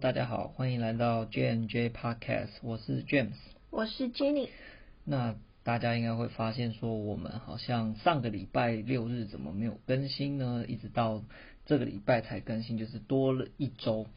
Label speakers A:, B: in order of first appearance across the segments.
A: 大家好，欢迎来到 J&J Podcast，我是 James。
B: 我是 Jenny，
A: 那大家应该会发现说，我们好像上个礼拜六日怎么没有更新呢？一直到这个礼拜才更新，就是多了一周。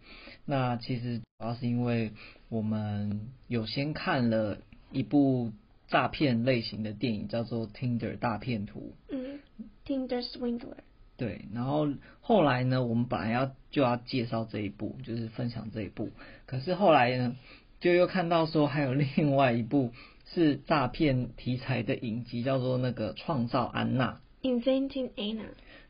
A: 那其实主要是因为我们有先看了一部诈骗类型的电影，叫做《Tinder 大骗徒》。
B: 嗯，Tinder Swindler，
A: 对，然后后来呢，我们本来要就要介绍这一部，就是分享这一部，可是后来呢，就又看到说还有另外一部是诈骗题材的影集，叫做那个《创造安娜》。
B: Inventing Anna，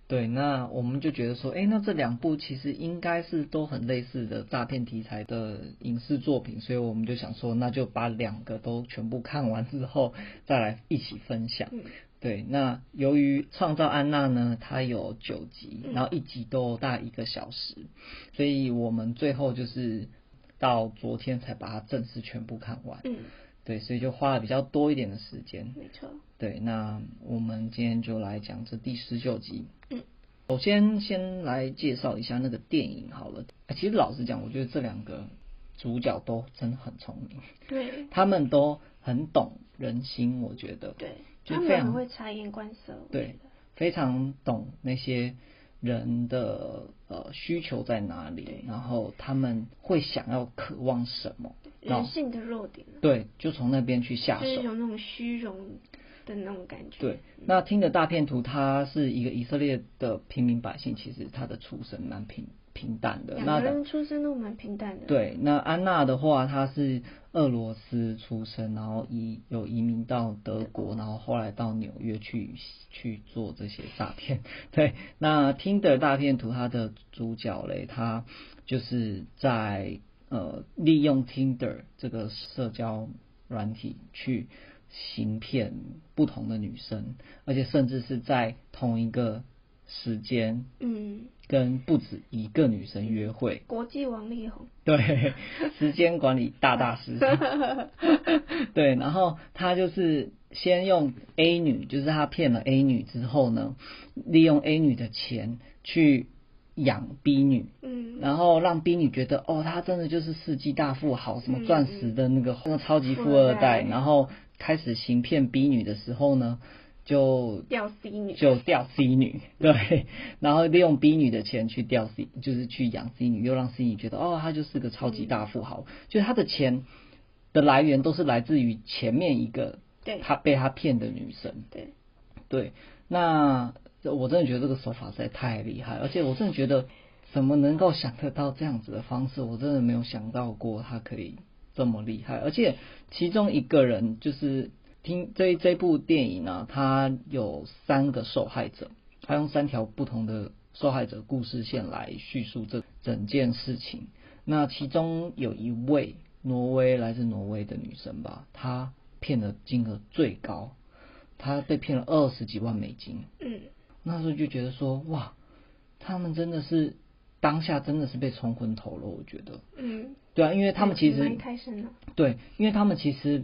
A: 对，那我们就觉得说，哎，那这两部其实应该是都很类似的诈骗题材的影视作品，所以我们就想说，那就把两个都全部看完之后，再来一起分享。
B: 嗯
A: 对，那由于《创造安娜》呢，它有九集，
B: 嗯
A: 然后一集都大概一个小时，所以我们最后就是到昨天才把它正式全部看完。
B: 嗯，
A: 对，所以就花了比较多一点的时间。
B: 没错，
A: 对，那我们今天就来讲这第十九集。
B: 嗯，
A: 首先先来介绍一下那个电影好了。呃其实老实讲，我觉得这两个主角都真的很聪明，
B: 对
A: 他们都很懂人心，我觉得
B: 对，
A: 就
B: 他们
A: 非常
B: 很会察言观色，我
A: 对
B: 觉得
A: 非常懂那些人的呃需求在哪里
B: 对，
A: 然后他们会想要渴望什么，
B: 人性的弱点啊，
A: 对，就从那边去下
B: 就是
A: 手。
B: 有那种虚荣的那种感觉，
A: 对，那听的大片图，他是一个以色列的平民百姓，其实他的出身蛮平平淡的。
B: 两
A: 那
B: 个人出身都蛮平淡的，，
A: 对，那安娜的话，她是俄罗斯出生，然后移有移民到德国，然后后来到纽约去去做这些诈骗。对，那听的大片图，它的主角嘞，他就是在呃利用 Tinder 这个社交软体去行骗不同的女生，而且甚至是在同一个时间
B: 嗯，
A: 跟不止一个女生约会。
B: 国际王力宏，
A: 对，时间管理大大 师。对，然后他就是先用 A 女，就是他骗了 A 女之后呢，利用 A 女的钱去养 B 女，
B: 嗯，
A: 然后让 B 女觉得哦，她真的就是世纪大富豪，什么
B: 嗯
A: 钻石的那个那个超级富
B: 富
A: 二
B: 二
A: 代，
B: 代
A: 然后开始行骗 B 女的时候呢，就
B: 吊 C 女，
A: 就钓 C 女，对， 然后利用 B 女的钱去钓 C，就是去养 C 女，又让 C 女觉得哦，她就是个超级大富豪，就是她的钱的来源都是来自于前面一个
B: 对
A: 她被她骗的女生，
B: 对，
A: 对，那我真的觉得这个手法实在太厉害，而且我真的觉得怎么能够想得到这样子的方式，我真的没有想到过他可以这么厉害，而且其中一个人就是听这这部电影呢、他有三个受害者，他用三条不同的受害者故事线来叙述这整件事情。那其中有一位挪威来自挪威的女生吧，她骗的金额最高，她被骗了二十几万美金。
B: 嗯，
A: 那时候就觉得说，哇，他们真的是当下真的是被冲昏头了，我觉得。
B: 嗯，
A: 对啊，因为他们其
B: 蛮
A: 实
B: 开心的，
A: 对，因为他们其实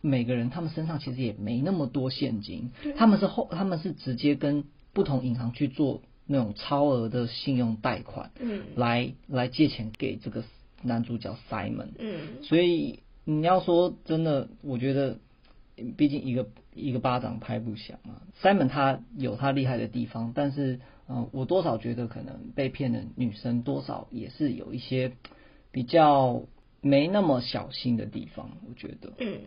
A: 每个人他们身上其实也没那么多现金，他们是后他们是直接跟不同银行去做那种超额的信用贷款，
B: 嗯
A: 来来借钱给这个男主角 Simon。
B: 嗯，
A: 所以你要说真的，我觉得，毕竟一个一个巴掌拍不响嘛。Simon 他有他厉害的地方，但是，呃，我多少觉得可能被骗的女生多少也是有一些比较没那么小心的地方，我觉得
B: 嗯。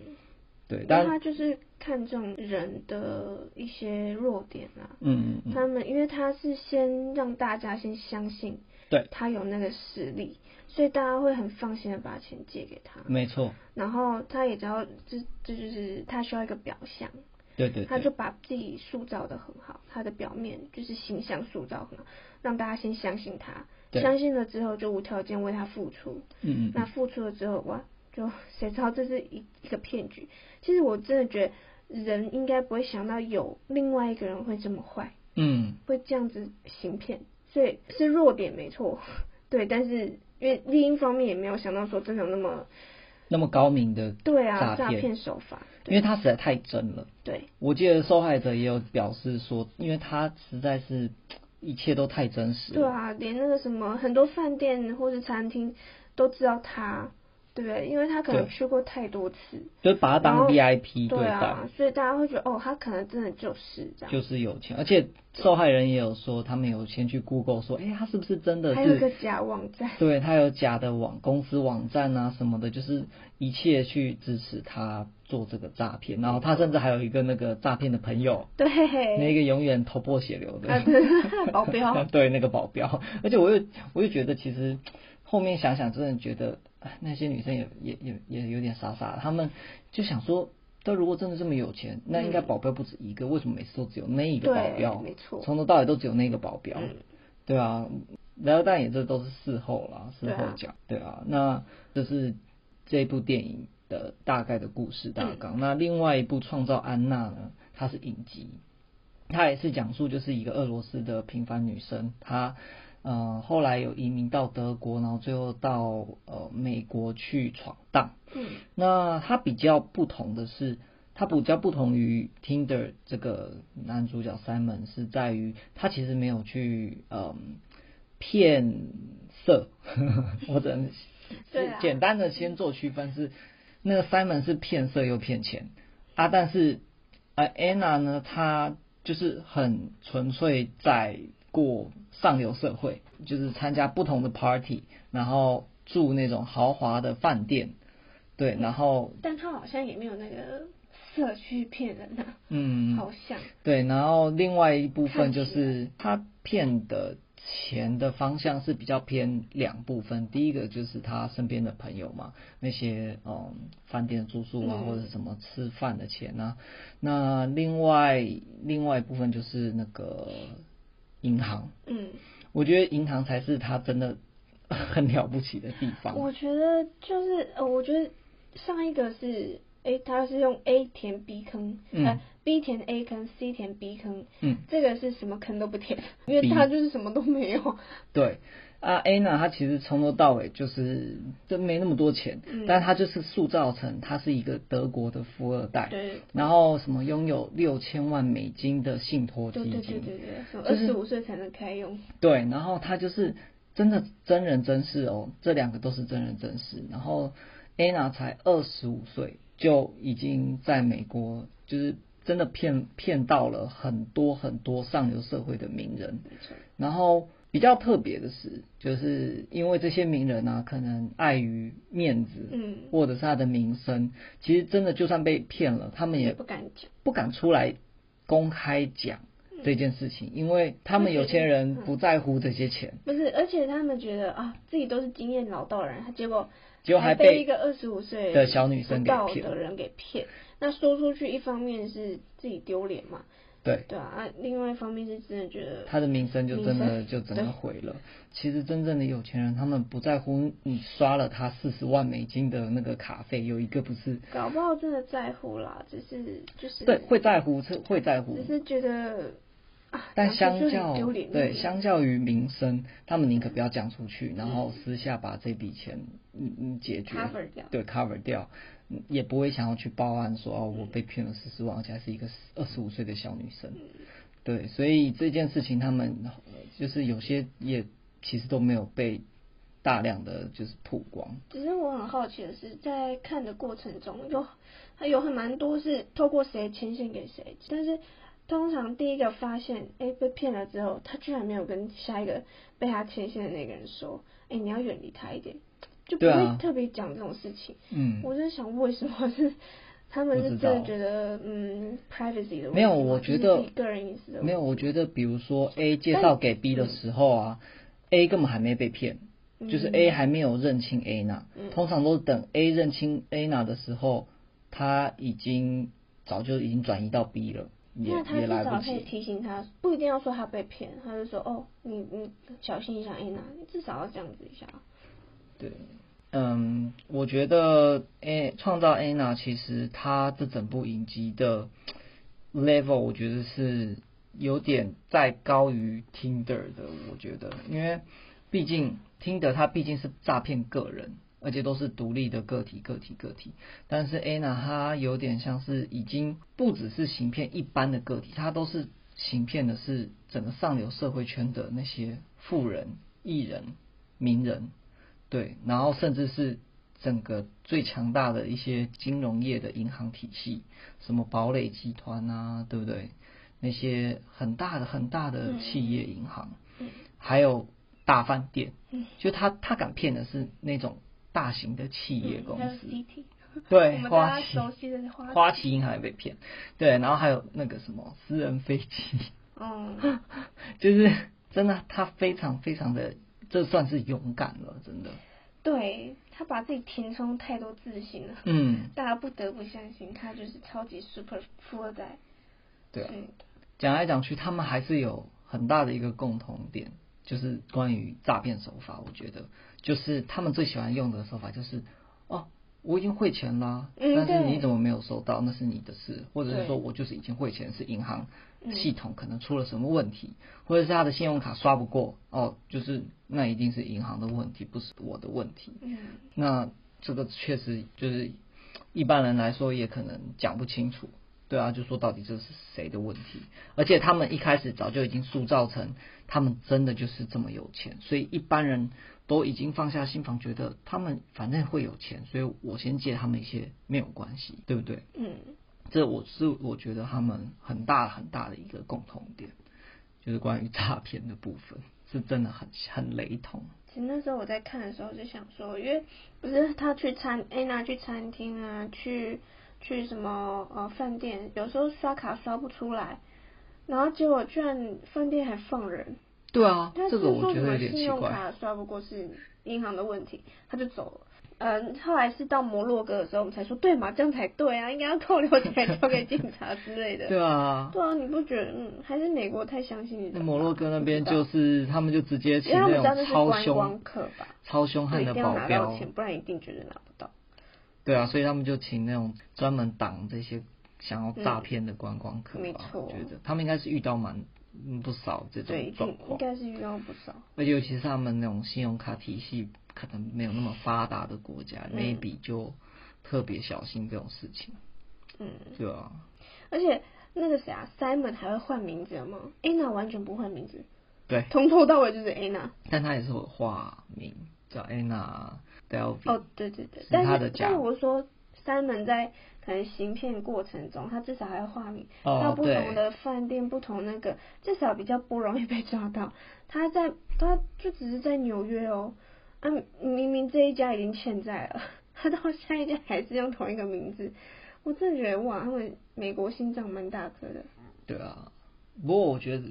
A: 对，
B: 但
A: 但
B: 他就是看重人的一些弱点啊。
A: 嗯嗯嗯，
B: 他们因为他是先让大家先相信
A: 对，
B: 他有那个实力，所以大家会很放心的把钱借给他。
A: 没错，
B: 然后他也只要这这就是他需要一个表象，
A: 对对
B: 他就
A: 对，
B: 把自己塑造的很好，他的表面就是形象塑造很好，让大家先相信他，
A: 对
B: 相信了之后就无条件为他付出。
A: 嗯嗯
B: 那
A: 嗯，
B: 付出了之后，哇，就谁知道这是一一个骗局？其实我真的觉得人应该不会想到有另外一个人会这么坏，
A: 嗯
B: 会这样子行骗，所以是弱点没错，对。但是因为另一方面也没有想到说真的有那么
A: 那么高明的，
B: 对
A: 诈
B: 啊诈
A: 骗嗯
B: 骗手法，
A: 因为他实在太真了。
B: 对
A: 我记得受害者也有表示说，因为他实在是一切都太真实了。
B: 啊对啊，连那个什么很多饭店或是餐厅都知道他，对不对？因为他可能
A: 对
B: 去过太多次，
A: 就把它
B: 然
A: 当
B: 后
A: VIP 对待。
B: 啊，所以大家会觉得哦，他可能真的就是这样。
A: 就是有钱，而且受害人也有说，他们有先去 Google 说，哎、他是不是真的
B: 还有一个
A: 是？
B: 假网站，
A: 对他有假的网公司网站啊什么的，就是一切去支持他做这个诈骗，然后他甚至还有一个那个诈骗的朋友，
B: 对，
A: 那个永远头破血流的，，
B: 啊，对，保镖
A: 呃对那 个保镖，而且我又我又觉得其实后面想想，真的觉得哎那些女生也也也也有点傻傻的，她们就想说，她如果真的这么有钱，那应该保镖不止一个，为什么每次都只有那一个保
B: 嗯对，
A: 镖？
B: 没错，
A: 从头到尾都只有那个保镖，
B: 嗯
A: 对啊。然后但也这都是事后啦，事
B: 对啊
A: 后讲，对啊。那这是这部电影的大概的故事大纲。
B: 嗯
A: 那另外一部《创造安娜》呢，它是影集，它也是讲述就是一个俄罗斯的平凡女生，她。呃，后来有移民到德国，然后最后到呃美国去闯荡。
B: 嗯
A: 那它比较不同的是，它比较不同于 Tinder 这个男主角 Simon 是在于他其实没有去嗯骗色， 我只能
B: 对
A: 是
B: 啊
A: 简单的先做区分是，那个 Simon 是骗色又骗钱啊，但是呃 Anna 呢，她就是很纯粹在过上流社会，就是参加不同的 party，然后住那种豪华的饭店。对，然后
B: 但他好像也没有那个色去骗人啊，
A: 嗯，
B: 好像，
A: 对，然后另外一部分就
B: 看起
A: 是他骗的钱的方向是比较偏两部分，第一个就是他身边的朋友嘛，那些嗯饭店住宿啊
B: 嗯
A: 或者什么吃饭的钱啊，那另外另外一部分就是那个银行，
B: 嗯，
A: 我觉得银行才是他真的很了不起的地方，
B: 我觉得就是，呃，我觉得上一个是，诶、他是用 A 填 B 坑，
A: 嗯
B: 呃，B 填 A 坑，C 填 B 坑，
A: 嗯。
B: 这个是什么坑都不填，因为
A: B
B: 他就是什么都 没有，
A: 对啊，Anna 她其实从头到尾就是都没那么多钱，
B: 嗯
A: 但她就是塑造成她是一个德国的富二代，
B: 对，
A: 然后什么拥有六千万美金的信托基
B: 对
A: 金，
B: 对对对对，什么
A: 就
B: 二
A: 是
B: 十五岁才能开用，
A: 对，然后他就是真的真人真事哦，这两个都是真人真事。然后 Anna 才二十五岁，就已经在美国，就是真的骗骗到了很多很多上流社会的名人
B: 没错。
A: 然后比较特别的是，就是因为这些名人啊，可能碍于面子，
B: 嗯，
A: 或者是他的名声，其实真的就算被骗了，他们也
B: 不敢讲，
A: 不敢出来公开讲
B: 嗯
A: 这件事情，因为他们有些人不在乎这些钱，
B: 不是，而且他们觉得啊，自己都是经验老道的人，他结果
A: 结果
B: 还
A: 还
B: 被
A: 被
B: 一个二十五岁
A: 的小女生
B: 不
A: 给
B: 到
A: 骗
B: 的。人给骗。那说出去，一方面是自己丢脸嘛，
A: 对，
B: 对啊，啊，另外一方面是真的觉得，
A: 她的名声就真的
B: 名声
A: 就整个毁了。其实真正的有钱人，他们不在乎你刷了他四十万美金的那个卡费，有一个不是
B: 搞不好真的在乎啦，只是就是
A: 对会在乎，是会在乎
B: 只。是觉得啊，
A: 但
B: 讲
A: 相
B: 出去很
A: 较
B: 丢脸，
A: 对相较于名声，他们宁可不要讲出
B: 嗯
A: 去，然后私下把这笔钱嗯嗯解决
B: cover 掉，
A: 对 cover 掉，嗯也不会想要去报案说哦，
B: 嗯
A: 我被骗了四十万，而且还是一个二十五岁的小女生。
B: 嗯
A: 对，所以这件事情他们呃就是有些也其实都没有被大量的就是曝光。
B: 只是我很好奇的是，在看的过程中，有还有还蛮多是透过谁牵线给谁，但是通常第一个发现，哎、被骗了之后，他居然没有跟下一个被他牵线的那个人说，哎、你要远离他一点，就不
A: 对啊
B: 会特别讲这种事情。
A: 嗯，
B: 我在想，为什么是他们是
A: 不
B: 真
A: 知道
B: 的觉得，嗯，privacy 的问题吗
A: 没有我觉得
B: 就是自己个人隐私的问题
A: 没有，我觉得比如说 A 介绍给 B 的时候啊，A 根本还没被骗。就是
B: 嗯
A: A 还没有认清 A 娜、
B: 嗯
A: 通常都是等 A 认清 A 娜的时候，他已经早就已经转移到 B 了，也
B: 那他
A: 也
B: 至
A: 来
B: 少
A: 不
B: 可
A: 及。
B: 以提醒他，不一定要说他被骗，他就说哦，你你小心一下，安娜，你至少要这样子一下。
A: 对，嗯，我觉得 A 创造 A 娜其实他这整部影集的 level，我觉得是有点再高于 Tinder 的，我觉得，因为毕竟 Tinder 它毕竟是诈骗个人，而且都是独立的个体、个体、个体。但是 Anna 她有点像是已经不只是行骗一般的个体，她都是行骗的是整个上流社会圈的那些富人、艺人、名人。对，然后甚至是整个最强大的一些金融业的银行体系，什么堡垒集团啊，对不对？那些很大的很大的企业银行，
B: 嗯
A: 还有大饭店，
B: 嗯
A: 就他他敢骗的是那种大型的企业公
B: 嗯还有
A: 司，
B: CT，我
A: 对，
B: 们
A: 花
B: 大家
A: 旗
B: 熟悉的是花旗，
A: 花旗银行也被骗，对，然后还有那个什么私人飞机，
B: 嗯，
A: 就是真的他非常非常的，这算是勇敢了，真的，
B: 对他把自己填充太多自信了，
A: 嗯，
B: 大家不得不相信他就是超级 super 富二代。
A: 对啊，
B: 嗯
A: 讲来讲去，他们还是有很大的一个共同点，就是关于诈骗手法，我觉得就是他们最喜欢用的手法就是，哦，我已经汇钱啦，
B: 嗯
A: 但是
B: 对
A: 你怎么没有收到，那是你的事，或者是
B: 对
A: 说我就是已经汇钱，是银行
B: 嗯
A: 系统可能出了什么问题，或者是他的信用卡刷不过，哦，就是那一定是银行的问题，不是我的问题。
B: 嗯，
A: 那这个确实就是一般人来说也可能讲不清楚，对啊，就说到底这是谁的问题？而且他们一开始早就已经塑造成他们真的就是这么有钱，所以一般人都已经放下心房，觉得他们反正会有钱，所以我先借他们一些没有关系，对不对？
B: 嗯，
A: 这我是我觉得他们很大很大的一个共同点，就是关于诈骗的部分是真的很很雷同，
B: 其实那时候我在看的时候就想说，因为不是他去餐安娜去餐厅啊，去去什么呃饭店，有时候刷卡刷不出来，然后结果居然饭店还放人，
A: 对啊，
B: 但
A: 这
B: 是
A: 个
B: 说
A: 我
B: 什
A: 觉得
B: 么
A: 有点
B: 信
A: 奇
B: 用
A: 怪。
B: 卡刷不过是银行的问题，他就走了。嗯，后来是到摩洛哥的时候，我们才说对嘛，这样才对啊，应该要扣留起来交给警察之类的。
A: 对啊，
B: 对啊，你不觉得？嗯，还是美国太相信你
A: 那
B: 了吧。
A: 摩洛哥那边
B: 嗯不知道
A: 就是他们就直接请
B: 因为他们知
A: 那
B: 道这
A: 种
B: 是
A: 超
B: 观
A: 凶
B: 光、客吧，
A: 超凶
B: 就
A: 悍
B: 一
A: 的
B: 定要
A: 保
B: 拿到
A: 镖，
B: 钱，不然一定绝对拿不到。
A: 对啊，所以他们就请那种专门挡这些想要诈骗的观光客吧。啊
B: 嗯没错
A: 我觉得他们应该是遇到蛮嗯不少这
B: 对，一
A: 种状
B: 定应
A: 况，
B: 该是遇到不少。
A: 而且尤其是他们那种信用卡体系可能没有那么发达的国家、
B: 嗯
A: m a y b e 就特别小心这种事情，
B: 嗯，
A: 对啊，
B: 而且那个谁啊，Simon 还会换名字有吗？Anna 完全不换名字，
A: 对，
B: 从头到尾就是 Anna。
A: 但他也是有化名叫 Anna Delvey，、
B: 哦，对对对
A: 嗯是，
B: 但
A: 他的
B: 是
A: 家
B: 但我说 Simon 在可能行骗过程中，他至少还会化名，
A: 哦
B: 到不
A: 对
B: 同的饭店、不同那个，至少比较不容易被抓到。他在他就只是在纽约哦，啊，明明这一家已经欠债了， 他到下一家还是用同一个名字。我真的觉得哇，他们美国心脏蛮大颗的。
A: 对啊，不过我觉得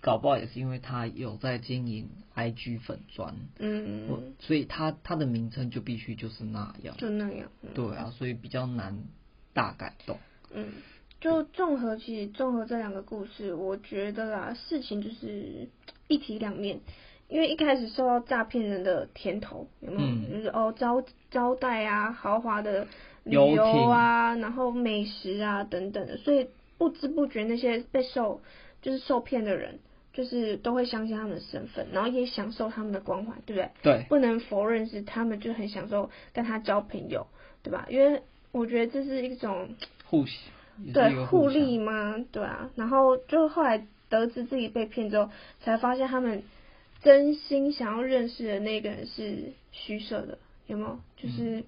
A: 搞不好也是因为他有在经营 IG 粉砖，我
B: 嗯，
A: 所以他他的名称就必须就是那样。
B: 就那样。嗯
A: 对啊，所以比较难大改动。
B: 嗯，就综合起综合这两个故事，我觉得啦，事情就是一体两面。因为一开始受到诈骗人的甜头，有没有？
A: 嗯
B: 就是哦招招待啊，豪华的旅
A: 游
B: 游啊，然后美食啊等等的，所以不知不觉那些被受就是受骗的人，就是都会相信他们的身份，然后也享受他们的光环，对不对？
A: 对，
B: 不能否认是他们就很享受跟他交朋友，对吧？因为我觉得这是一种
A: 互也是一
B: 对
A: 个
B: 互
A: 互相
B: 利嘛，对啊。然后就后来得知自己被骗之后，才发现他们真心想要认识的那个人是虚设的，有没有？
A: 嗯
B: 就是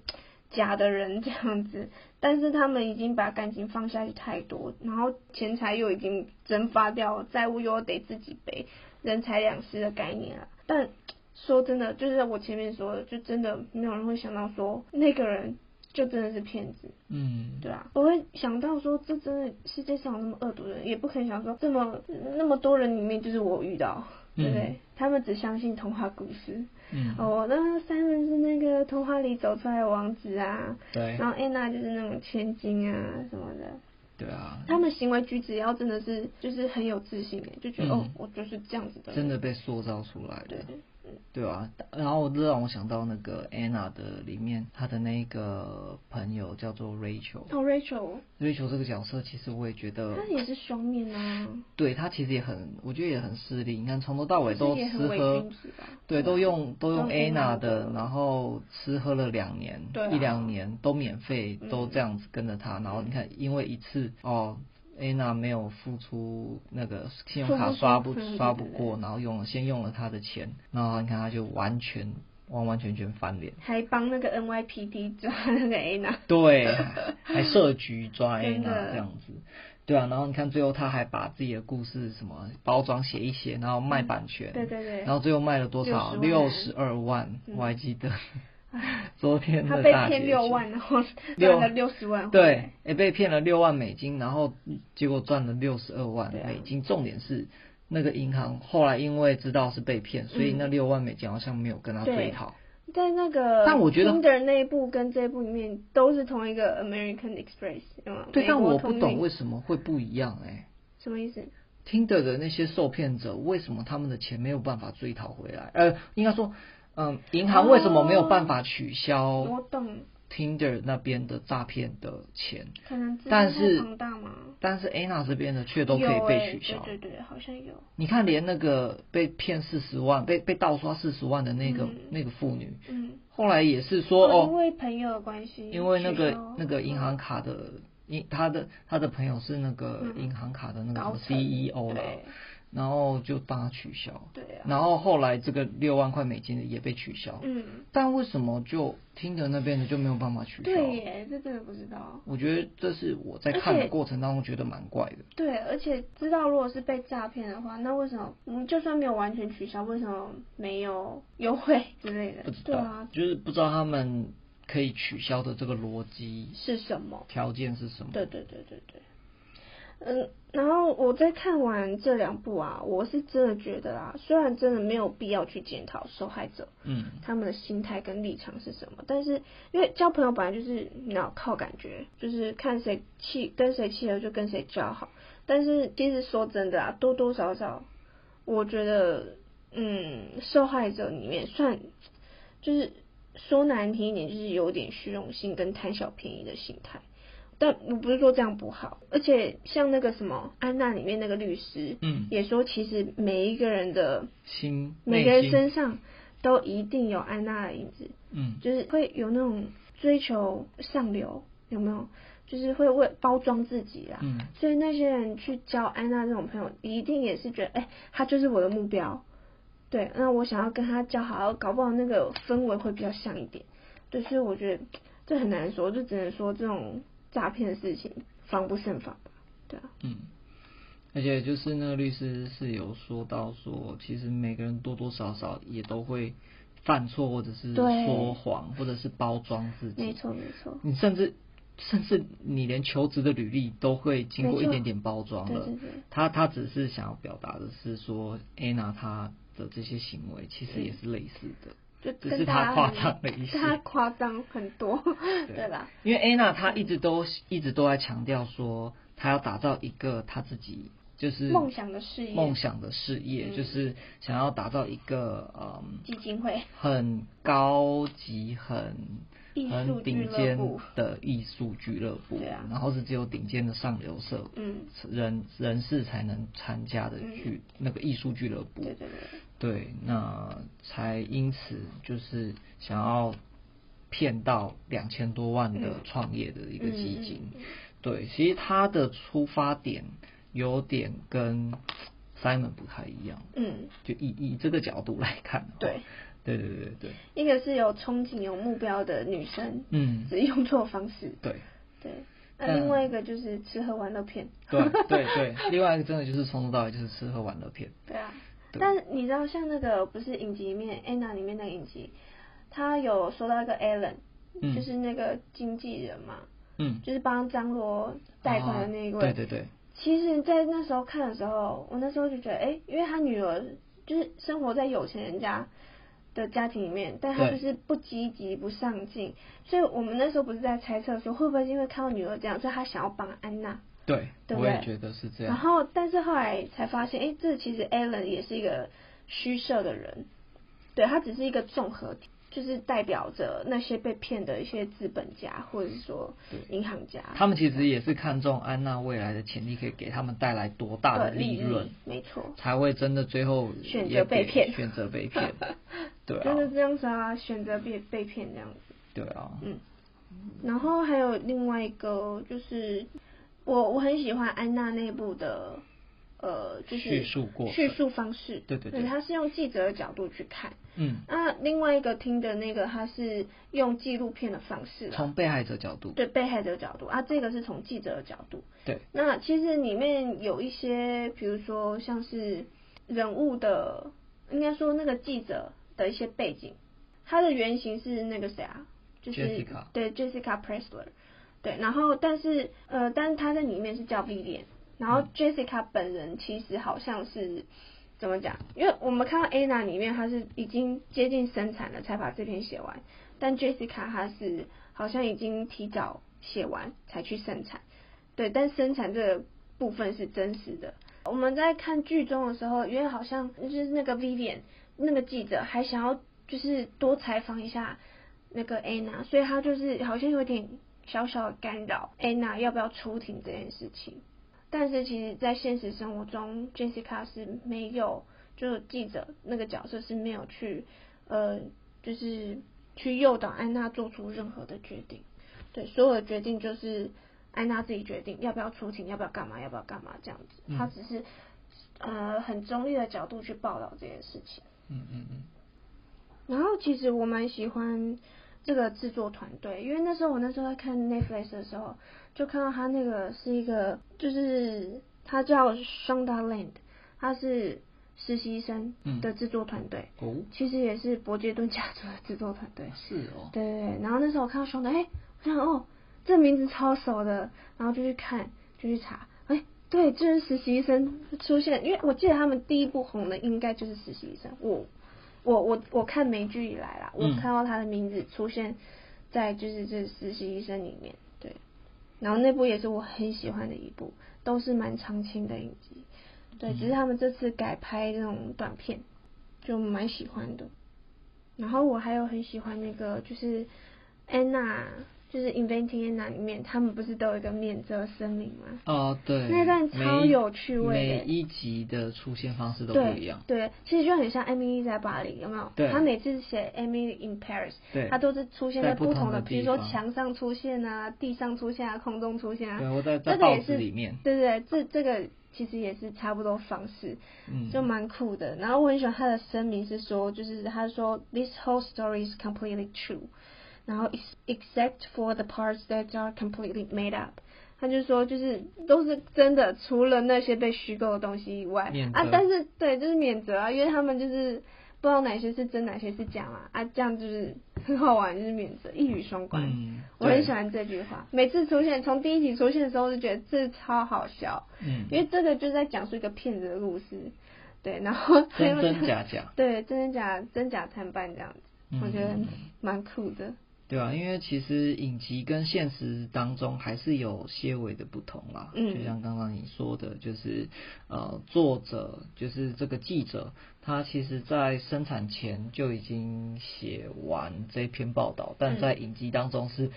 B: 假的人这样子。但是他们已经把感情放下去太多，然后钱财又已经蒸发掉了，债务又得自己背，人财两失的概念啊。但说真的，就是我前面说的，就真的没有人会想到说那个人就真的是骗子。
A: 嗯，
B: 对啊，我会想到说，这真的世界上有那么恶毒的人，也不可能想说这么那么多人里面就是我遇到，对不对？
A: 嗯
B: 他们只相信童话故事。
A: 嗯，
B: 哦，那三人是那个童话里走出来的王子啊，
A: 对
B: 然后安娜就是那种千金啊什么的。
A: 对啊，
B: 他们行为举止要真的是就是很有自信耶，就觉
A: 嗯
B: 得、哦，我就是这样子的人。
A: 真的被塑造出来
B: 对
A: 的，，对啊。然后这让我想到那个 Anna 的里面，她的那个朋友叫做 Rachel，Rachel
B: 哦，Rachel，
A: 这个角色其实我也觉得
B: 她也是双面啊，
A: 对他其实也很，我觉得也很势利。你看，从头到尾
B: 自
A: 都
B: 己也
A: 吃
B: 很伪
A: 喝
B: 君，子吧？
A: 对，都用都用
B: 啊都用
A: Anna
B: Anna
A: 的
B: 的，
A: 然后吃喝了两年，
B: 对啊
A: 一两年都免费，
B: 嗯
A: 都这样子跟着他。然后你看，因为一次哦，Anna 没有付出那个信用卡
B: 付不出
A: 刷不
B: 嗯
A: 刷不
B: 对对对
A: 过，然后用了先用了他的钱，然后你看他就完全完完全全翻脸。
B: 还帮那个 NYPD 抓那个 A 娜，
A: 对，还设局抓 A
B: 真的
A: 娜这样子，对啊，然后你看最后他还把自己的故事什么包装写一写，然后卖版权，
B: 对对对
A: 然后最后卖了多少？六
B: 62
A: 十二万，我还记得 昨天
B: 嗯他
A: 的
B: 被
A: 大结
B: 骗六
A: 局
B: 万，然后
A: 六
B: 赚了六十万，
A: 对，哎、被骗了六万美金，然后结果赚了六十二万
B: 对啊
A: 美金。重点是那个银行后来因为知道是被骗，所以那
B: 嗯
A: 六万美金好像没有跟他追讨。
B: 在那个，
A: 但我觉得
B: Tinder 那一部跟这一部里面都是同一个 American Express，有吗？
A: 对，
B: 美
A: 但
B: 国
A: 我不
B: 通
A: 懂
B: 运
A: 为什么会不一样哎、
B: 什么意思？
A: 听的的那些受骗者，为什么他们的钱没有办法追讨回来？呃，应该说，嗯，银行为什么没有办法取消
B: 我懂，
A: Tinder 那边的诈骗的钱？
B: 可能资金
A: 但
B: 太
A: 是
B: 庞大嘛，
A: 但是 Anna 这边的却都可
B: 有
A: 以
B: 欸
A: 被取消。
B: 对对对，好像有，
A: 你看，连那个被骗四十万、被被盗刷四十万的那个、
B: 嗯
A: 那个妇女，
B: 嗯，
A: 后来也是说
B: 哦因
A: 哦，
B: 为朋友的关系，
A: 因为那
B: 取
A: 个
B: 消
A: 那个银行卡的，因他的他的朋友是那个
B: 嗯
A: 银行卡的那个什
B: 高
A: 么 E
B: 层
A: CEO 了，
B: 对
A: 然后就帮他取消，
B: 对啊，
A: 然后后来这个六万块美金的也被取消，
B: 嗯，
A: 但为什么就听的那边的就没有办法取消？
B: 对耶，这真的不知道。
A: 我觉得这是我在
B: 而
A: 看
B: 且
A: 的过程当中觉得蛮怪的。
B: 对，而且知道如果是被诈骗的话，那为什么嗯，就算没有完全取消，为什么没有优惠之类的
A: 不知？
B: 对
A: 道，
B: 啊，
A: 就是不知道他们可以取消的这个逻辑
B: 是什么？
A: 条件是什么。
B: 对对对对对。嗯，然后我在看完这两部啊，我是真的觉得啊，虽然真的没有必要去检讨受害者
A: 嗯，
B: 他们的心态跟立场是什么，但是因为交朋友本来就是你要靠感觉，就是看谁气跟谁气了就跟谁交好。但是其实说真的啊，多多少少，我觉得嗯，受害者里面算就是说难听一点，就是有点虚荣心跟贪小便宜的心态。但我不是说这样不好，而且像那个什么安娜里面那个律师，
A: 嗯
B: 也说其实每一个人的
A: 心
B: 每个人
A: 内心
B: 身上都一定有安娜的影子，
A: 嗯
B: 就是会有那种追求上流，有没有？就是会为包装自己啊。
A: 嗯
B: 所以那些人去交安娜这种朋友，一定也是觉得，哎、他就是我的目标，对，那我想要跟他交好，搞不好那个氛围会比较像一点。对，所以我觉得这很难说，就只能说这种诈骗的事情防不胜防吧。对啊，
A: 嗯，而且就是那个律师是有说到说，其实每个人多多少少也都会犯错，或者是
B: 对
A: 说谎，或者是包装自
B: 没
A: 己。
B: 错没错，
A: 你甚至甚至你连求职的履历都会经过
B: 没
A: 一
B: 错
A: 点点包装
B: 对
A: 了
B: 对。对。
A: 他他只是想要表达的是说，Anna 她的这些行为其实也是类似的。
B: 就
A: 只
B: 跟
A: 是
B: 大家
A: 他夸
B: 很
A: 张了一些
B: 他夸张很多， 对吧？
A: 因为 Anna 她一直都一直都在强调说，她要打造一个她自己就是
B: 梦想的事业，
A: 梦想的事业，
B: 嗯
A: 就是想要打造一个嗯
B: 基金会，
A: 很高级、很
B: 艺术
A: 很
B: 俱
A: 顶
B: 乐
A: 尖
B: 部，
A: 的艺术俱乐部，
B: 对啊
A: 然后是只有顶尖的上流社
B: 嗯，
A: 人人士才能参加的
B: 嗯
A: 俱、那个艺术俱乐部，
B: 对对对，
A: 对，那才因此就是想要骗到两千多万的
B: 嗯
A: 创业的一个基金。
B: 嗯嗯嗯
A: 对，其实他的出发点有点跟 Simon 不太一样，
B: 嗯，
A: 就以以这个角度来看的话，
B: 对，
A: 对对对对，
B: 一个是有憧憬、有目标的女生，
A: 嗯，
B: 只是用错方式，
A: 对。
B: 对。那
A: 但
B: 另外一个就是吃喝玩乐片，
A: 对对对，另外一个真的就是从头到尾就是吃喝玩乐片，
B: 对啊。
A: 对
B: 但是你知道，像那个不是影集里面 Anna 里面那个影集，他有说到一个 Alan，、
A: 嗯
B: 就是那个经纪人嘛，
A: 嗯，
B: 就是帮张罗贷款的那一位，
A: 啊对对对，
B: 其实，在那时候看的时候，我那时候就觉得，哎、因为他女儿就是生活在有钱人家的家庭里面，但他
A: 对
B: 就是不积极、不上进，所以我们那时候不是在猜测说，会不会是因为看到女儿这样，所以他想要帮安娜。
A: 对，
B: 对不
A: 我也
B: 对
A: 觉得是这
B: 然
A: 样，
B: 后，但是后来才发现，哎、这其实 Alan 也是一个虚设的人，对他只是一个综合体，就是代表着那些被骗的一些资本家或者是说
A: 对
B: 银行家，
A: 他们其实也是看中安娜未来的潜力可以给他们带来多大的
B: 的利
A: 润，，
B: 没错。
A: 才会真的最后
B: 选择
A: 也
B: 被
A: 给
B: 骗
A: 选择被骗，对
B: 真的
A: 啊，
B: 这样子啊，选择被被骗这样子。
A: 对啊，
B: 嗯，然后还有另外一个就是，我我很喜欢安娜内部的呃，就
A: 叙
B: 是
A: 述过
B: 叙
A: 程
B: 述方式，
A: 对对对
B: 他是用记者的角度去看。
A: 嗯，
B: 那另外一个听的那个，他是用纪录片的方式啊，
A: 从被害者角度，
B: 对被害者角度啊，这个是从记者的角度。
A: 对，
B: 那其实里面有一些，比如说像是人物的，应该说那个记者的一些背景，他的原型是那个谁啊，就是
A: Jessica
B: 对 Jessica Pressler，对，然后但是呃，但是他在里面是叫 Vivian，然后
A: 嗯
B: Jessica 本人其实好像是。怎么讲？因为我们看到 Anna 里面，她是已经接近生产了，才把这篇写完。但 Jessica 她是好像已经提早写完才去生产，对，但生产这个部分是真实的。我们在看剧中的时候，因为好像就是那个 Vivian 那个记者还想要就是多采访一下那个 Anna，所以他就是好像有点小小的干扰 Anna 要不要出庭这件事情。但是其实，在现实生活中，Jessica 是没有，就是记者那个角色是没有去，呃，就是去诱导安娜做出任何的决定。对，所有的决定就是安娜自己决定要不要出庭，要不要干嘛，要不要干嘛这样子。
A: 嗯
B: 她只是呃很中立的角度去报道这件事情。
A: 嗯嗯嗯，
B: 然后其实我蛮喜欢这个制作团队，因为那时候我那时候在看 Netflix 的时候，就看到他那个是一个，就是他叫 Shonda Land，他是实习生的制作团队，
A: 哦，
B: 其实也是伯杰顿家族的制作团队。
A: 是哦，
B: 对对对，然后那时候我看到 Shonda，哎，我想哦，这名字超熟的，然后就去看，就去查，哎。对，就是实习生出现，因为我记得他们第一部红的应该就是实习生。我我我我看美剧以来啦，我
A: 嗯
B: 看到他的名字出现在就是这实习医生里面，对。然后那部也是我很喜欢的一部，都是蛮长青的影集，对。
A: 嗯
B: 只是他们这次改拍这种短片，就蛮喜欢的。然后我还有很喜欢那个就是安娜，就是 Inventing Anna 里面，他们不是都有一个免责声明吗？
A: 哦，对，
B: 那段超
A: 每一
B: 有趣味的
A: 每一集的出现方式都不一
B: 对
A: 样，
B: 对，其实就很像《艾米丽在巴黎》，有没有？
A: 对
B: 他每次写《艾米丽 in Paris》，
A: 对
B: 它，都是出现
A: 在
B: 在
A: 不
B: 不
A: 同
B: 同
A: 的
B: 的，比如
A: 地
B: 说
A: 方
B: 墙上出现啊，地上出现啊，空中出现
A: 对，
B: 啊。
A: 我在在
B: 这个
A: 报
B: 也
A: 纸
B: 是
A: 里面，
B: 对对对，这这个其实也是差不多方式，
A: 嗯，
B: 就蛮酷的。然后我很喜欢他的声明是说，就是他说 This whole story is completely true，然后 ex- except for the parts that are completely made up。他就说，就是都是真的，除了那些被虚构的东西以外
A: 免
B: 啊
A: 责，
B: 但是对，就是免责啊，因为他们就是不知道哪些是真，哪些是假嘛啊，这样就是很好玩，就是免责，一语双关。
A: 嗯，
B: 我很
A: 对
B: 喜，欢这句话，每次出现，从第一集出现的时候，我就觉得这超好笑，
A: 嗯，
B: 因为这个就是在讲述一个骗子的故事，对，然后他
A: 真
B: 又
A: 真假假，
B: 对真真假真假参半这样子，
A: 嗯
B: 我觉得
A: 嗯嗯
B: 蛮酷的，
A: 对
B: 嗯
A: 啊，因为其实影集跟现实当中还是有些微的不同啦。
B: 嗯
A: 就像刚刚你说的，就是呃，作者就是这个记者，他其实在生产前就已经写完这篇报道，但在影集当中是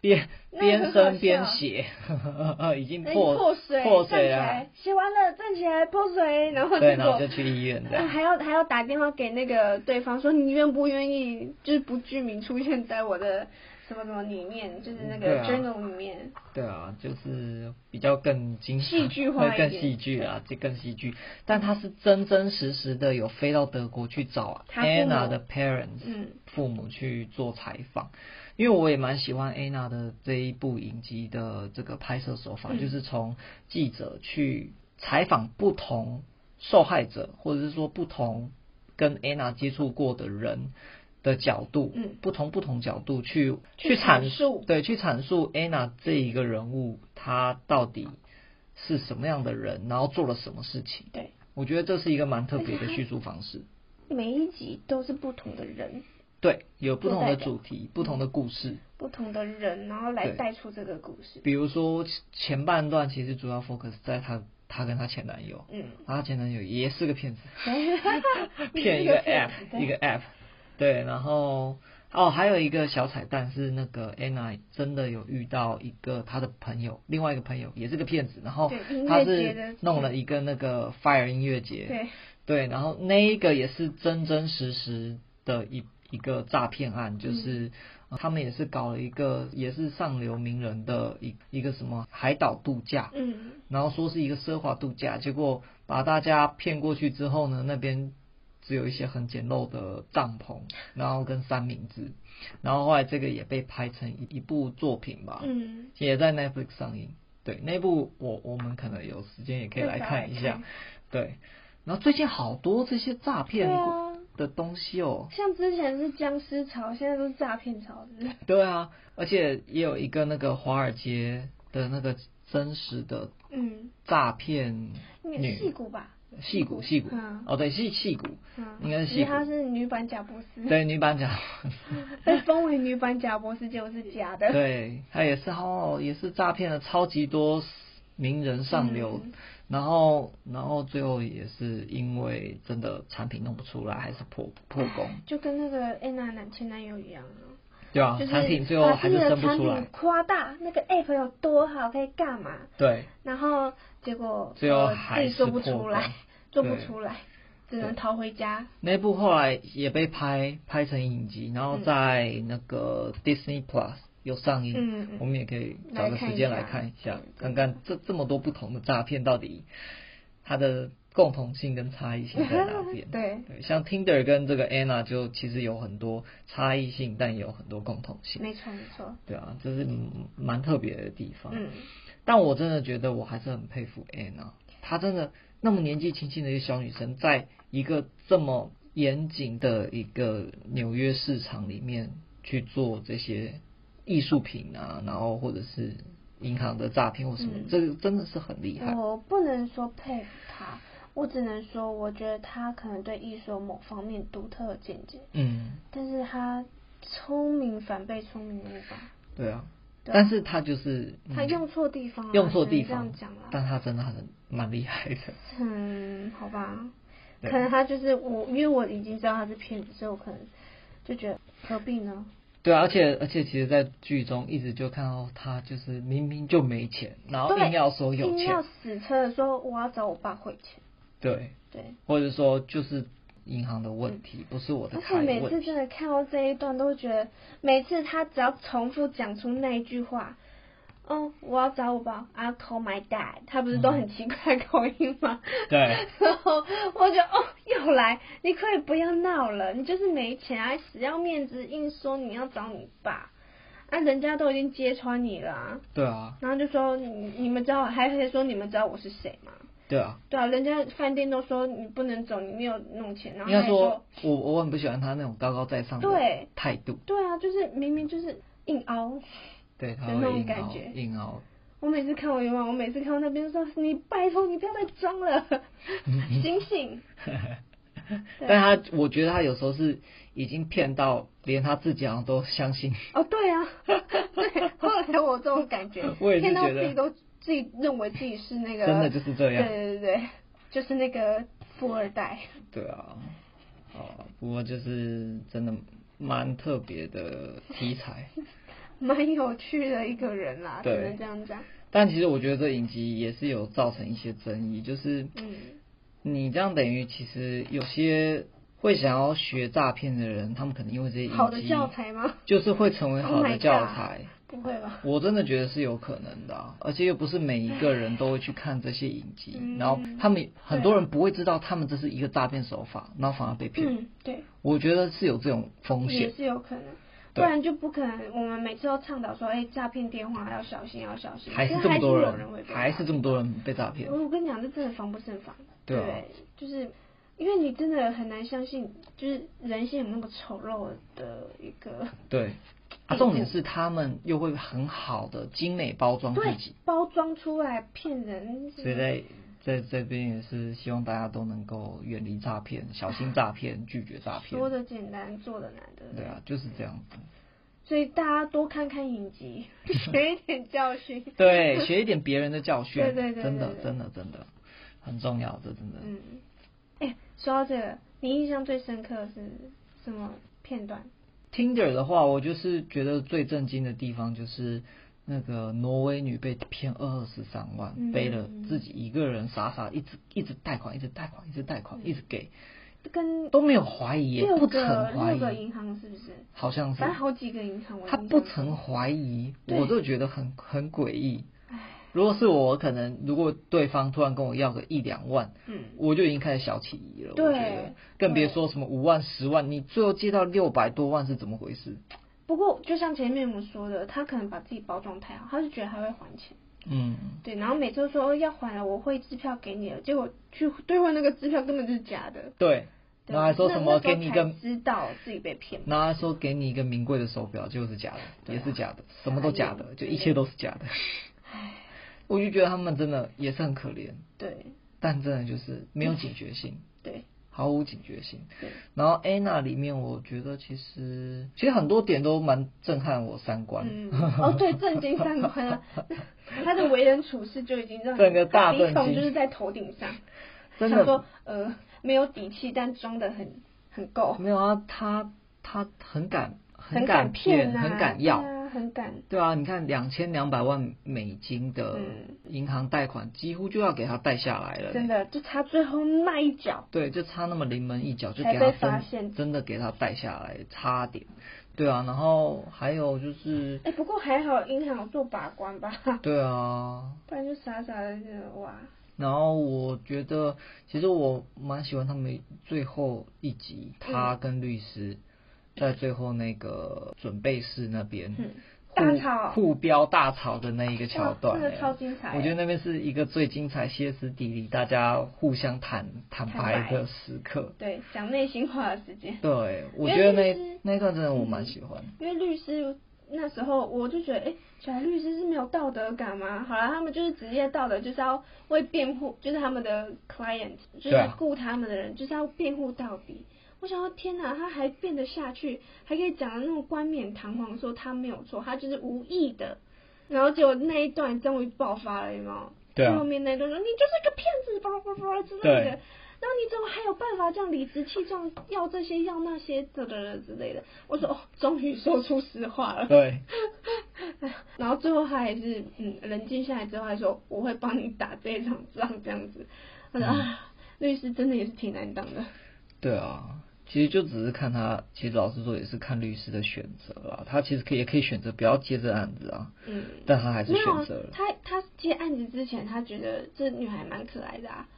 A: 边
B: 那
A: 边
B: 很好
A: 生边
B: 笑
A: 写， 已经
B: 哎
A: 破
B: 水
A: 破
B: 站起
A: 水
B: 来
A: 了，，
B: 写完了站起来泼水，然后
A: 对，
B: 结
A: 然后
B: 果
A: 就去医院这
B: 啊
A: 样。
B: 还要还要打电话给那个对方说你愿不愿意就是不具名出现在我的什么什么里面，就是那
A: 对
B: 个
A: 啊
B: journal 里面，
A: 对啊，就是比较更精
B: 戏剧
A: 会
B: 化一
A: 更
B: 点
A: 戏剧啦，这更戏剧。但他是真真实实的有飞到德国去找
B: 他父母
A: Anna 的 parents、
B: 嗯
A: 父母去做采访，因为我也蛮喜欢 Anna 的这一部影集的这个拍摄手法，
B: 嗯
A: 就是从记者去采访不同受害者，或者是说不同跟 Anna 接触过的人。的角度，
B: 嗯
A: 不同不同角度去
B: 去
A: 阐
B: 阐述
A: 对，去阐述 Anna 这一个人物，她到底是什么样的人，然后做了什么事情。
B: 对，
A: 我觉得这是一个蛮特别
B: 而且
A: 的
B: 她
A: 叙述方式。
B: 每一集都是不同的人。
A: 对，有不
B: 就
A: 同
B: 代
A: 的
B: 表
A: 主题，不同的故事。
B: 不同的人，然后来
A: 对
B: 带出这个故事。
A: 比如说前半段其实主要 focus 在她她跟她前男友，
B: 嗯，
A: 她前男友也是个 骗子，
B: 也
A: 骗
B: 是
A: 一
B: 个
A: 个
B: 骗
A: app
B: 子对
A: 一个 app，对，然后哦，还有一个小彩蛋是那个 Anna 真的有遇到一个她的朋友，另外一个朋友也是个骗子，然后
B: 对音
A: 哦
B: 乐
A: 他
B: 节的
A: 是弄了一个那个 Fire 音乐节，
B: 对，
A: 对，然后那一个也是真真实实的一一个诈骗案，就是、呃他们也是搞了一个也是上流名人的一一个什么海岛度假，
B: 嗯，
A: 然后说是一个奢华度假，结果把大家骗过去之后呢，那边只有一些很简陋的帐篷，然后跟三明治，然后后来这个也被拍成一一部作品吧，
B: 嗯，
A: 也在 Netflix 上映。对，那部我我们可能有时间也可以来看一下。对，然后最近好多这些诈
B: 对
A: 骗
B: 啊，
A: 的东西哦。
B: 像之前是僵尸潮，现在都是诈骗潮，是不是
A: 对啊，而且也有一个那个华尔街的那个真实的
B: 嗯，
A: 诈骗
B: 应该
A: 女
B: 是戏骨吧，
A: 戏骨戏骨
B: 嗯
A: 哦，对，是戏骨，
B: 嗯，
A: 应该是戏骨
B: 其实她是女版贾博士，
A: 对，女版讲，
B: 被封为女版贾博士，结果是假的，
A: 对，她也是哦，也是诈骗了超级多名人上流，
B: 嗯
A: 然后然后最后也是因为真的产品弄不出来，还是破破功，
B: 就跟那个安娜男前男友一样啊。
A: 对啊，
B: 就是
A: 产品最后还是
B: 把
A: 生
B: 自己
A: 不
B: 的产
A: 出来
B: 品，夸大那个 app 有多好，可以干嘛？
A: 对，
B: 然后结果
A: 最后
B: 呃自
A: 还
B: 己
A: 是
B: 做不
A: 破
B: 出
A: 功。
B: 来，做不
A: 对
B: 出来，只能
A: 对
B: 逃回家。
A: 那部后来也被拍拍成影集，然后
B: 嗯
A: 在那个 Disney Plus 有上映，
B: 嗯嗯
A: 我们也可以找个时间来看一
B: 来
A: 下
B: 看一，下
A: 看看这这么多不同的诈骗到底它的共同性跟差异性在哪边。
B: 对，
A: 对，像 Tinder 跟这个 Anna 就其实有很多差异性，但也有很多共同性。
B: 没错没错。
A: 对啊，这是嗯蛮特别的地方。
B: 嗯，
A: 但我真的觉得我还是很佩服 Anna，她真的那么年纪轻轻的一个小女生，在一个这么严谨的一个纽约市场里面去做这些艺术品啊，然后或者是银行的诈骗或什么，
B: 嗯哦
A: 这个真的是很厉害。
B: 我不能说佩服他，我只能说我觉得他可能对艺术有某方面独特的见解，
A: 嗯，
B: 但是他聪明反被聪明误吧。
A: 对啊，
B: 对啊
A: 但是她就是、嗯
B: 他用错地方了，
A: 用错
B: 只能
A: 地方
B: 这样讲啊啦。
A: 但她真的很蛮厉害的。
B: 嗯，好吧，
A: 对
B: 可能他就是我，因为我已经知道他是骗子，所以我可能就觉得何必呢？
A: 对啊，而且而且，其实，在剧中一直就看到她就是明明就没钱，然后
B: 对
A: 硬要说有
B: 硬
A: 钱
B: 要，死撑的说我要找我爸汇钱，
A: 对，
B: 对。
A: 或者说就是银行的问
B: 嗯
A: 题，不是我的
B: 而
A: 财
B: 且每
A: 问
B: 次
A: 题。
B: 真的看到这一段，都觉得每次他只要重复讲出那一句话，哦，我要找我爸，I call my dad，他不是都很奇怪的口音吗？
A: 对，
B: 然后我就哦，又来，你可以不要闹了，你就是没钱啊，死要面子，硬说你要找你爸，啊，人家都已经揭穿你了啊、
A: 对啊，
B: 然后就说你你们知道，还还说你们知道我是谁吗？
A: 对啊。
B: 对啊，人家饭店都说你不能走，你没有弄钱，然后
A: 应该
B: 他还
A: 说，我我很不喜欢他那种高高在上的
B: 对
A: 态度，
B: 对啊，就是明明就是硬凹。
A: 对他
B: 有那
A: 会
B: 种
A: 硬
B: 感
A: 凹
B: 觉
A: 硬 凹。
B: 我每次看我以往，我每次看到那边说你拜托你不要再装 了，醒醒。对
A: 但他我觉得他有时候是已经骗到连他自己好像都相信，，
B: 哦，对啊，对，后来我有这种感觉
A: 我也是
B: 骗到
A: 觉得
B: 自己都自己认为自己是那个，
A: 真的就是这样。
B: 对对对，就是那个富二代。
A: 对啊，哦，不过就是真的蛮特别的题 材。
B: 蛮有趣的一个人啦，只
A: 对
B: 能这样讲。
A: 但其实我觉得这影集也是有造成一些争议，就是
B: 嗯，
A: 你这样等于其实有些会想要学诈骗的人，他们可能因为这些
B: 好
A: 影
B: 的
A: 集，
B: 教材吗？
A: 就是会成为
B: Oh
A: 好
B: my
A: 的
B: god
A: 教材。
B: 不会吧？
A: 我真的觉得是有可能的啊、而且又不是每一个人都会去看这些影集，
B: 嗯
A: 然后他们很多
B: 对啊
A: 人不会知道他们这是一个诈骗手法，然后反而被骗。
B: 嗯，对，
A: 我觉得是有这种风
B: 也
A: 险。
B: 是有可能。不
A: 对
B: 然就不可能。我们每次都倡导说，哎、诈骗电话要小心，要小心。
A: 还是
B: 可
A: 这么多
B: 有
A: 人
B: 会，被嗯
A: 还
B: 诈
A: 是这么多人被诈骗。
B: 我跟你讲，这真的防不胜防。
A: 对啊
B: 就是因为你真的很难相信，就是人性有那么丑陋的一个
A: 对，啊，重点是他们又会很好的精美包装自
B: 对
A: 己，
B: 包装出来骗人。
A: 所以在在这边也是希望大家都能够远离诈骗，小心诈 骗，拒绝诈骗
B: 说。的简单，做的难，对不
A: 对啊，就是这样子。
B: 所以大家多看看影集， 学一点教 训。
A: 对，学一点别人的教训，
B: 对对对
A: 真的
B: 对对
A: 真的真的很重要，这真的。
B: 嗯，哎、说到这个，你印象最深刻的是什么片段？
A: Tinder 的话，我就是觉得最震惊的地方就是那个挪威女被骗二十三万，
B: 嗯
A: 背了自己一个人傻傻一直一直贷款，一直贷款，一直贷款，一直给，
B: 跟
A: 都没有怀疑，也
B: 嗯六
A: 不
B: 个
A: 曾怀
B: 六个
A: 疑，
B: 银行是不是？
A: 好像是
B: 反正好几个银行，我
A: 他
B: 印
A: 不
B: 象
A: 曾怀疑，
B: 对
A: 我就觉得很很诡异。
B: 唉
A: 如果是我，我可能如果对方突然跟我要个一两万，
B: 嗯，
A: 我就已经开始小起疑了。我
B: 对
A: 觉得更别说什么五万、十万，你最后借到六百多万是怎么回事？
B: 不过就像前面我们说的，他可能把自己包装太好，他就觉得他会还钱，
A: 嗯，
B: 对，然后每次都说、哦要还了，我汇支票给你了，结果去兑换那个支票根本就是假的，
A: 对。
B: 对啊
A: 然后还说什
B: 那
A: 么
B: 那时候
A: 给你一
B: 才
A: 个，
B: 知道自己被骗，
A: 然后还说给你一个名贵的手表，就是假的，
B: 对啊
A: 也是假的，什么都假的，
B: 哎
A: 就一切都是假的。我就觉得他们真的也是很可怜，
B: 对
A: 但真的就是没有警觉性，
B: 对
A: 毫无警觉性。
B: 对，
A: 然后 Anna 里面，我觉得其实其实很多点都蛮震撼我三观，
B: 嗯，哦对，震惊三观啊， 他的为人处事就已经 让
A: 整个大
B: 鼻
A: 震
B: 孔
A: 惊
B: 就是在头顶上，
A: 真
B: 想
A: 的
B: 说呃没有底气，但装的很很够，
A: 没有啊，他他很敢
B: 哦很
A: 敢
B: 骗啊，
A: 很敢要
B: 对，啊，很敢，
A: 对啊，你看两千两百万美金的
B: 嗯
A: 银行贷款，几乎就要给他贷下来了，
B: 真的，就他最后那一脚，
A: 对，就差那么临门一脚，就
B: 才
A: 给他
B: 被发
A: 真
B: 现
A: 真的给他带下来，差点。对啊，然后还有就是，
B: 哎、不过还好银行有做把关吧，
A: 对啊，
B: 不然就傻傻的觉得哇，
A: 然后我觉得其实我蛮喜欢他们最后一集，他跟律
B: 嗯
A: 师在最后那个准备室那边
B: 嗯，
A: 互
B: 大吵，
A: 互飙大吵的那一个桥
B: 哇，
A: 段、
B: 真的
A: 哎
B: 超精彩，
A: 我觉得那边是一个最精彩、歇斯底里、大家互相坦坦白的时刻。
B: 对，讲内心话的时间，
A: 对，我
B: 因
A: 觉得
B: 为
A: 那
B: 律
A: 那一段真的我蛮喜欢。
B: 因为律师。那时候我就觉得，哎、小孩律师是没有道德感吗？好啦，他们就是职业道德，就是要为辩护，就是他们的 client，
A: 对
B: 就是
A: 啊
B: 雇他们的人，就是要辩护到底。我想要，天哪，他还辩得下去，还可以讲的那么冠冕堂皇，说他没有错，他就是无意的。然后结果那一段终于爆发了，有没有？
A: 对
B: 最后
A: 啊，
B: 面那一段说你就是个骗子，叭叭叭之类
A: 对
B: 的。然后你怎么还有办法这样理直气壮要这些要那些的的之类的？我说哦，终于说出实话了。
A: 对，
B: 然后最后他还是嗯冷静下来之后，还说我会帮你打这一场仗这样子。他说、啊，律师真的也是挺难当的。
A: 对啊，其实就只是看他，其实老实说也是看律师的选择啦。他其实可以也可以选择不要接这案子啊，
B: 嗯，
A: 但他还是
B: 没有
A: 选
B: 啊
A: 择了。
B: 他他接案子之前，他觉得这女孩蛮可爱的啊，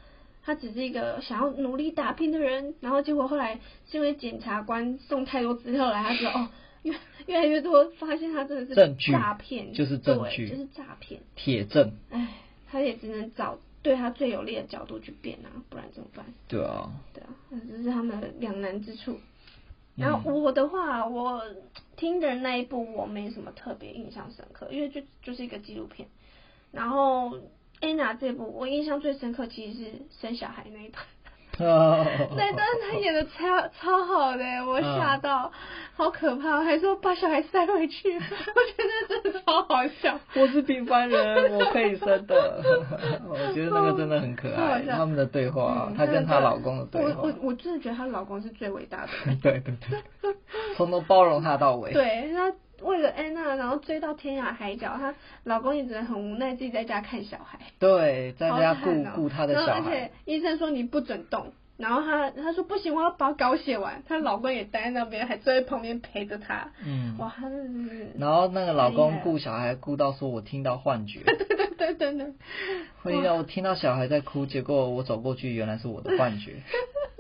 B: 他只是一个想要努力打拼的人，然后结果后来是因为检察官送太多资料来，他觉得哦，越越来越多，发现他真的
A: 证据
B: 是诈骗，
A: 就是证据
B: 对就是诈骗，
A: 铁证，
B: 唉，他也只能找对他最有利的角度去变啊，不然怎么办？
A: 对啊，
B: 对啊，这是他们的两难之处。
A: 嗯
B: 然后我的话，我听的那一部我没什么特别印象深刻，因为就就是一个纪录片。然后 Anna 这部我印象最深刻其实是生小孩那一段，
A: 哦
B: 那一段她演的超超好的，
A: 嗯
B: 我吓到，好可怕，还说把小孩塞回去， 我觉得真的超好 笑。
A: 我是平凡人，我可以生 的。我觉得那个真的很可
B: 超
A: 爱，
B: 好笑
A: 他们的对话，
B: 嗯
A: 她跟她老公的对
B: 我
A: 话
B: 我，我真的觉得她老公是最伟 大的人。
A: 对对对，从头包容她到尾。
B: 对，她为了安娜，然后追到天涯海角，她老公也只能很无奈自己在家看小孩，
A: 对，在
B: 好
A: 家
B: 惨
A: 顾
B: 哦
A: 顾她的
B: 然后
A: 小
B: 而
A: 孩
B: 且，医生说你不准动，然后她她说不行，我要把稿写完，她老公也待在那边，还坐在旁边陪着她。
A: 嗯，
B: 哇，她真的是，
A: 然后那个老
B: 哎
A: 公
B: 呀
A: 顾小孩顾到说，我听到幻 觉，
B: 对对对对，
A: 会让我听到小孩在哭，结果我走过去，原来是我的幻 觉。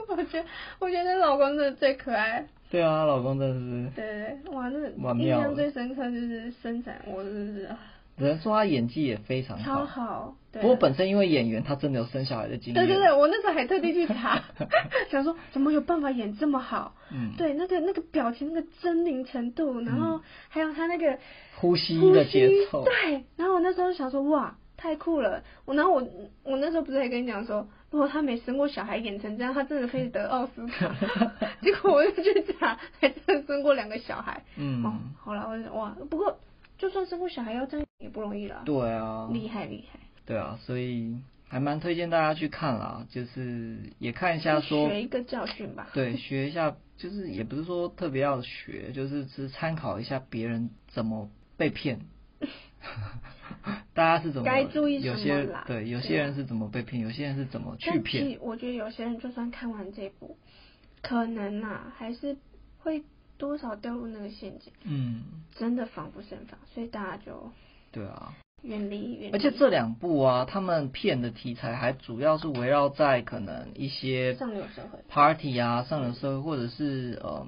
B: 我觉得我觉得老公真的最可爱，
A: 对啊，老公真的
B: 对对对，哇，
A: 哇
B: 那印
A: 妙
B: 象
A: 了
B: 最深刻就是生产，我真的是啊
A: 是，只能说他演技也非常
B: 超
A: 好。
B: 好，对
A: 不过本身因为演员，他真的有生小孩的经
B: 对
A: 验。
B: 对对，我那时候还特地去 查，想说怎么有办法演这么好？
A: 嗯，
B: 对，那个那个表情、那个狰狞程度，然后还有他那个
A: 呼吸
B: 呼
A: 的
B: 吸
A: 节奏。
B: 对。然后我那时候想说，哇，太酷了！我然后我我那时候不是还跟你讲说，如果他没生过小孩，演成这样，他真的可以得奥斯 卡。结果我就去查，还真的生过两个小孩。哦
A: 嗯，，
B: 好了，我就哇，不过就算生过小孩，要这样也不容易了，
A: 对啊，
B: 厉害厉害。
A: 对啊，所以还蛮推荐大家去看啦，就是也看一下
B: 就
A: 说，
B: 学一个教训吧。
A: 对，学一下，就是也不是说特别要学，就是只参考一下别人怎么被 骗。大家是怎么
B: 该注意什
A: 有
B: 么
A: 些
B: 啦
A: 对，有些
B: 对啊
A: 人是怎么被骗，有些人是怎么去
B: 但
A: 骗
B: 其。实我觉得有些人就算看完这部，可能啊还是会多少掉入那个陷阱，
A: 嗯，
B: 真的防不胜防，所以大家就
A: 对啊，
B: 远离远离。
A: 而且这两部啊，他们片的题材还主要是围绕在可能一些
B: 上流社会，
A: party 啊、上流社会，或者是嗯，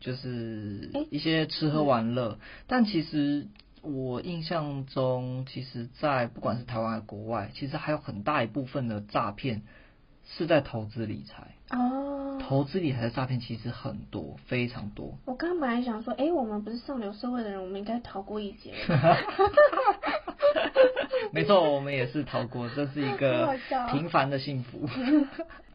A: 就是
B: 诶
A: 一些吃喝玩乐。但其实我印象中，其实，在不管是台湾还是国外，其实还有很大一部分的诈骗是在投资理财。
B: 哦，
A: 投资理财的诈骗其实很多，非常多。
B: 我刚刚本来想说，哎、我们不是上流社会的人，我们应该逃过一劫。
A: 没错，我们也是逃过，这是一
B: 好
A: 个
B: 好笑
A: 平凡的幸福。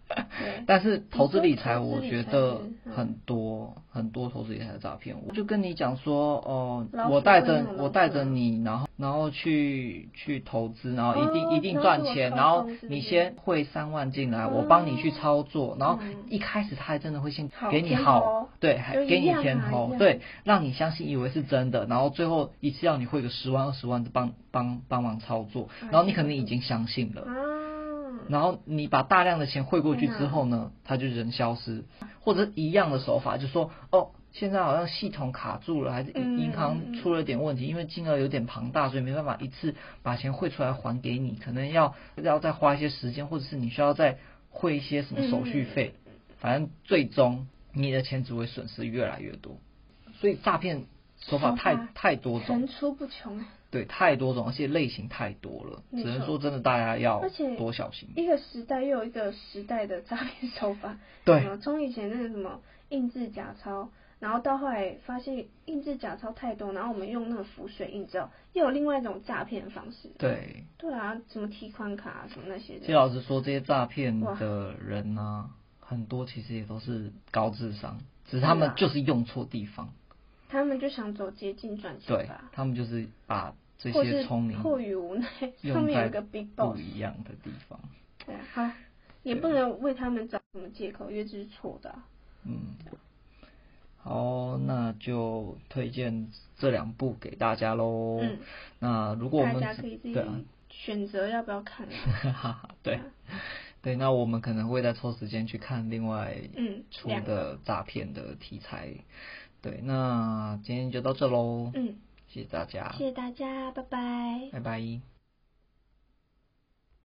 B: 对
A: 但是投资理财，
B: 你说
A: 我
B: 投资理财
A: 觉得
B: 是嗯
A: 很多很多投资理财的诈骗，我就跟你讲说，哦、
B: 老鼠
A: 我带
B: 会那
A: 着
B: 种
A: 我
B: 老
A: 带
B: 鼠
A: 着
B: 啊
A: 你，然后然后去去投资，然后一定、
B: 哦
A: 一定
B: 然后
A: 赚
B: 给我
A: 钱，
B: 操
A: 然后
B: 纵是不
A: 你
B: 是
A: 先汇三万进来，我帮你去
B: 哦
A: 操作，然后
B: 嗯
A: 一开始他还真的会先
B: 好
A: 给你
B: 甜
A: 好
B: 头，
A: 对，还
B: 就
A: 给
B: 一
A: 你
B: 样
A: 甜
B: 啊一
A: 头，
B: 样
A: 对，让你相信以为是真的，然后最后一次要你汇个十万二十万的帮帮帮忙操作，然后你可能已经相信了。
B: 啊，
A: 然后你把大量的钱汇过去
B: 天哪
A: 之后呢，它就人消失，或者一样的手法，就说哦，现在好像系统卡住了，还是
B: 嗯
A: 银银行出了点问题，因为金额有点庞大，所以没办法一次把钱汇出来还给你，可能要要再花一些时间，或者是你需要再汇一些什么手
B: 嗯
A: 续费，反正最终你的钱只会损失越来越多，所以诈骗手法太
B: 手法
A: 太多种，嗯
B: 层出不穷啊！
A: 对，太多种，而且类型太多了，
B: 没
A: 只能
B: 错
A: 说真的大家要
B: 而且
A: 多小心。
B: 一个时代又有一个时代的诈骗手法，
A: 对
B: 什么从以前那个什么印制假钞，然后到后来发现印制假钞太多，然后我们用那个浮水印之后，又有另外一种诈骗方式。
A: 对，
B: 对啊，什么提款卡、啊、什么那些
A: 其实
B: 的，
A: 老实说，这些诈骗
B: 哇
A: 的人呢、很多其实也都是高智商，只是他们
B: 是啊
A: 就是用错地方，
B: 他们就想走捷径赚钱
A: 对
B: 吧，
A: 他们就是把这
B: 或
A: 些
B: 是
A: 聪明
B: 迫于无奈，上
A: 用
B: 面有
A: 在
B: 一个 big
A: 不
B: boss，
A: 一样的地方。
B: 对啊，好，也不能为他们找什么借口，因为这是错的啊、
A: 嗯，好，那就推荐这两部给大家喽。
B: 嗯，
A: 那如哦果我
B: 大
A: 们
B: 家可以自己
A: 对啊，
B: 选择要不要 看、啊。
A: 哈哈，对对，那我们可能会再抽时间去看另外
B: 嗯，
A: 出
B: 两个，
A: 的诈骗的题材。对，那今天就到这喽，
B: 嗯，
A: 谢谢大家，
B: 谢谢大家，拜拜。
A: 拜拜。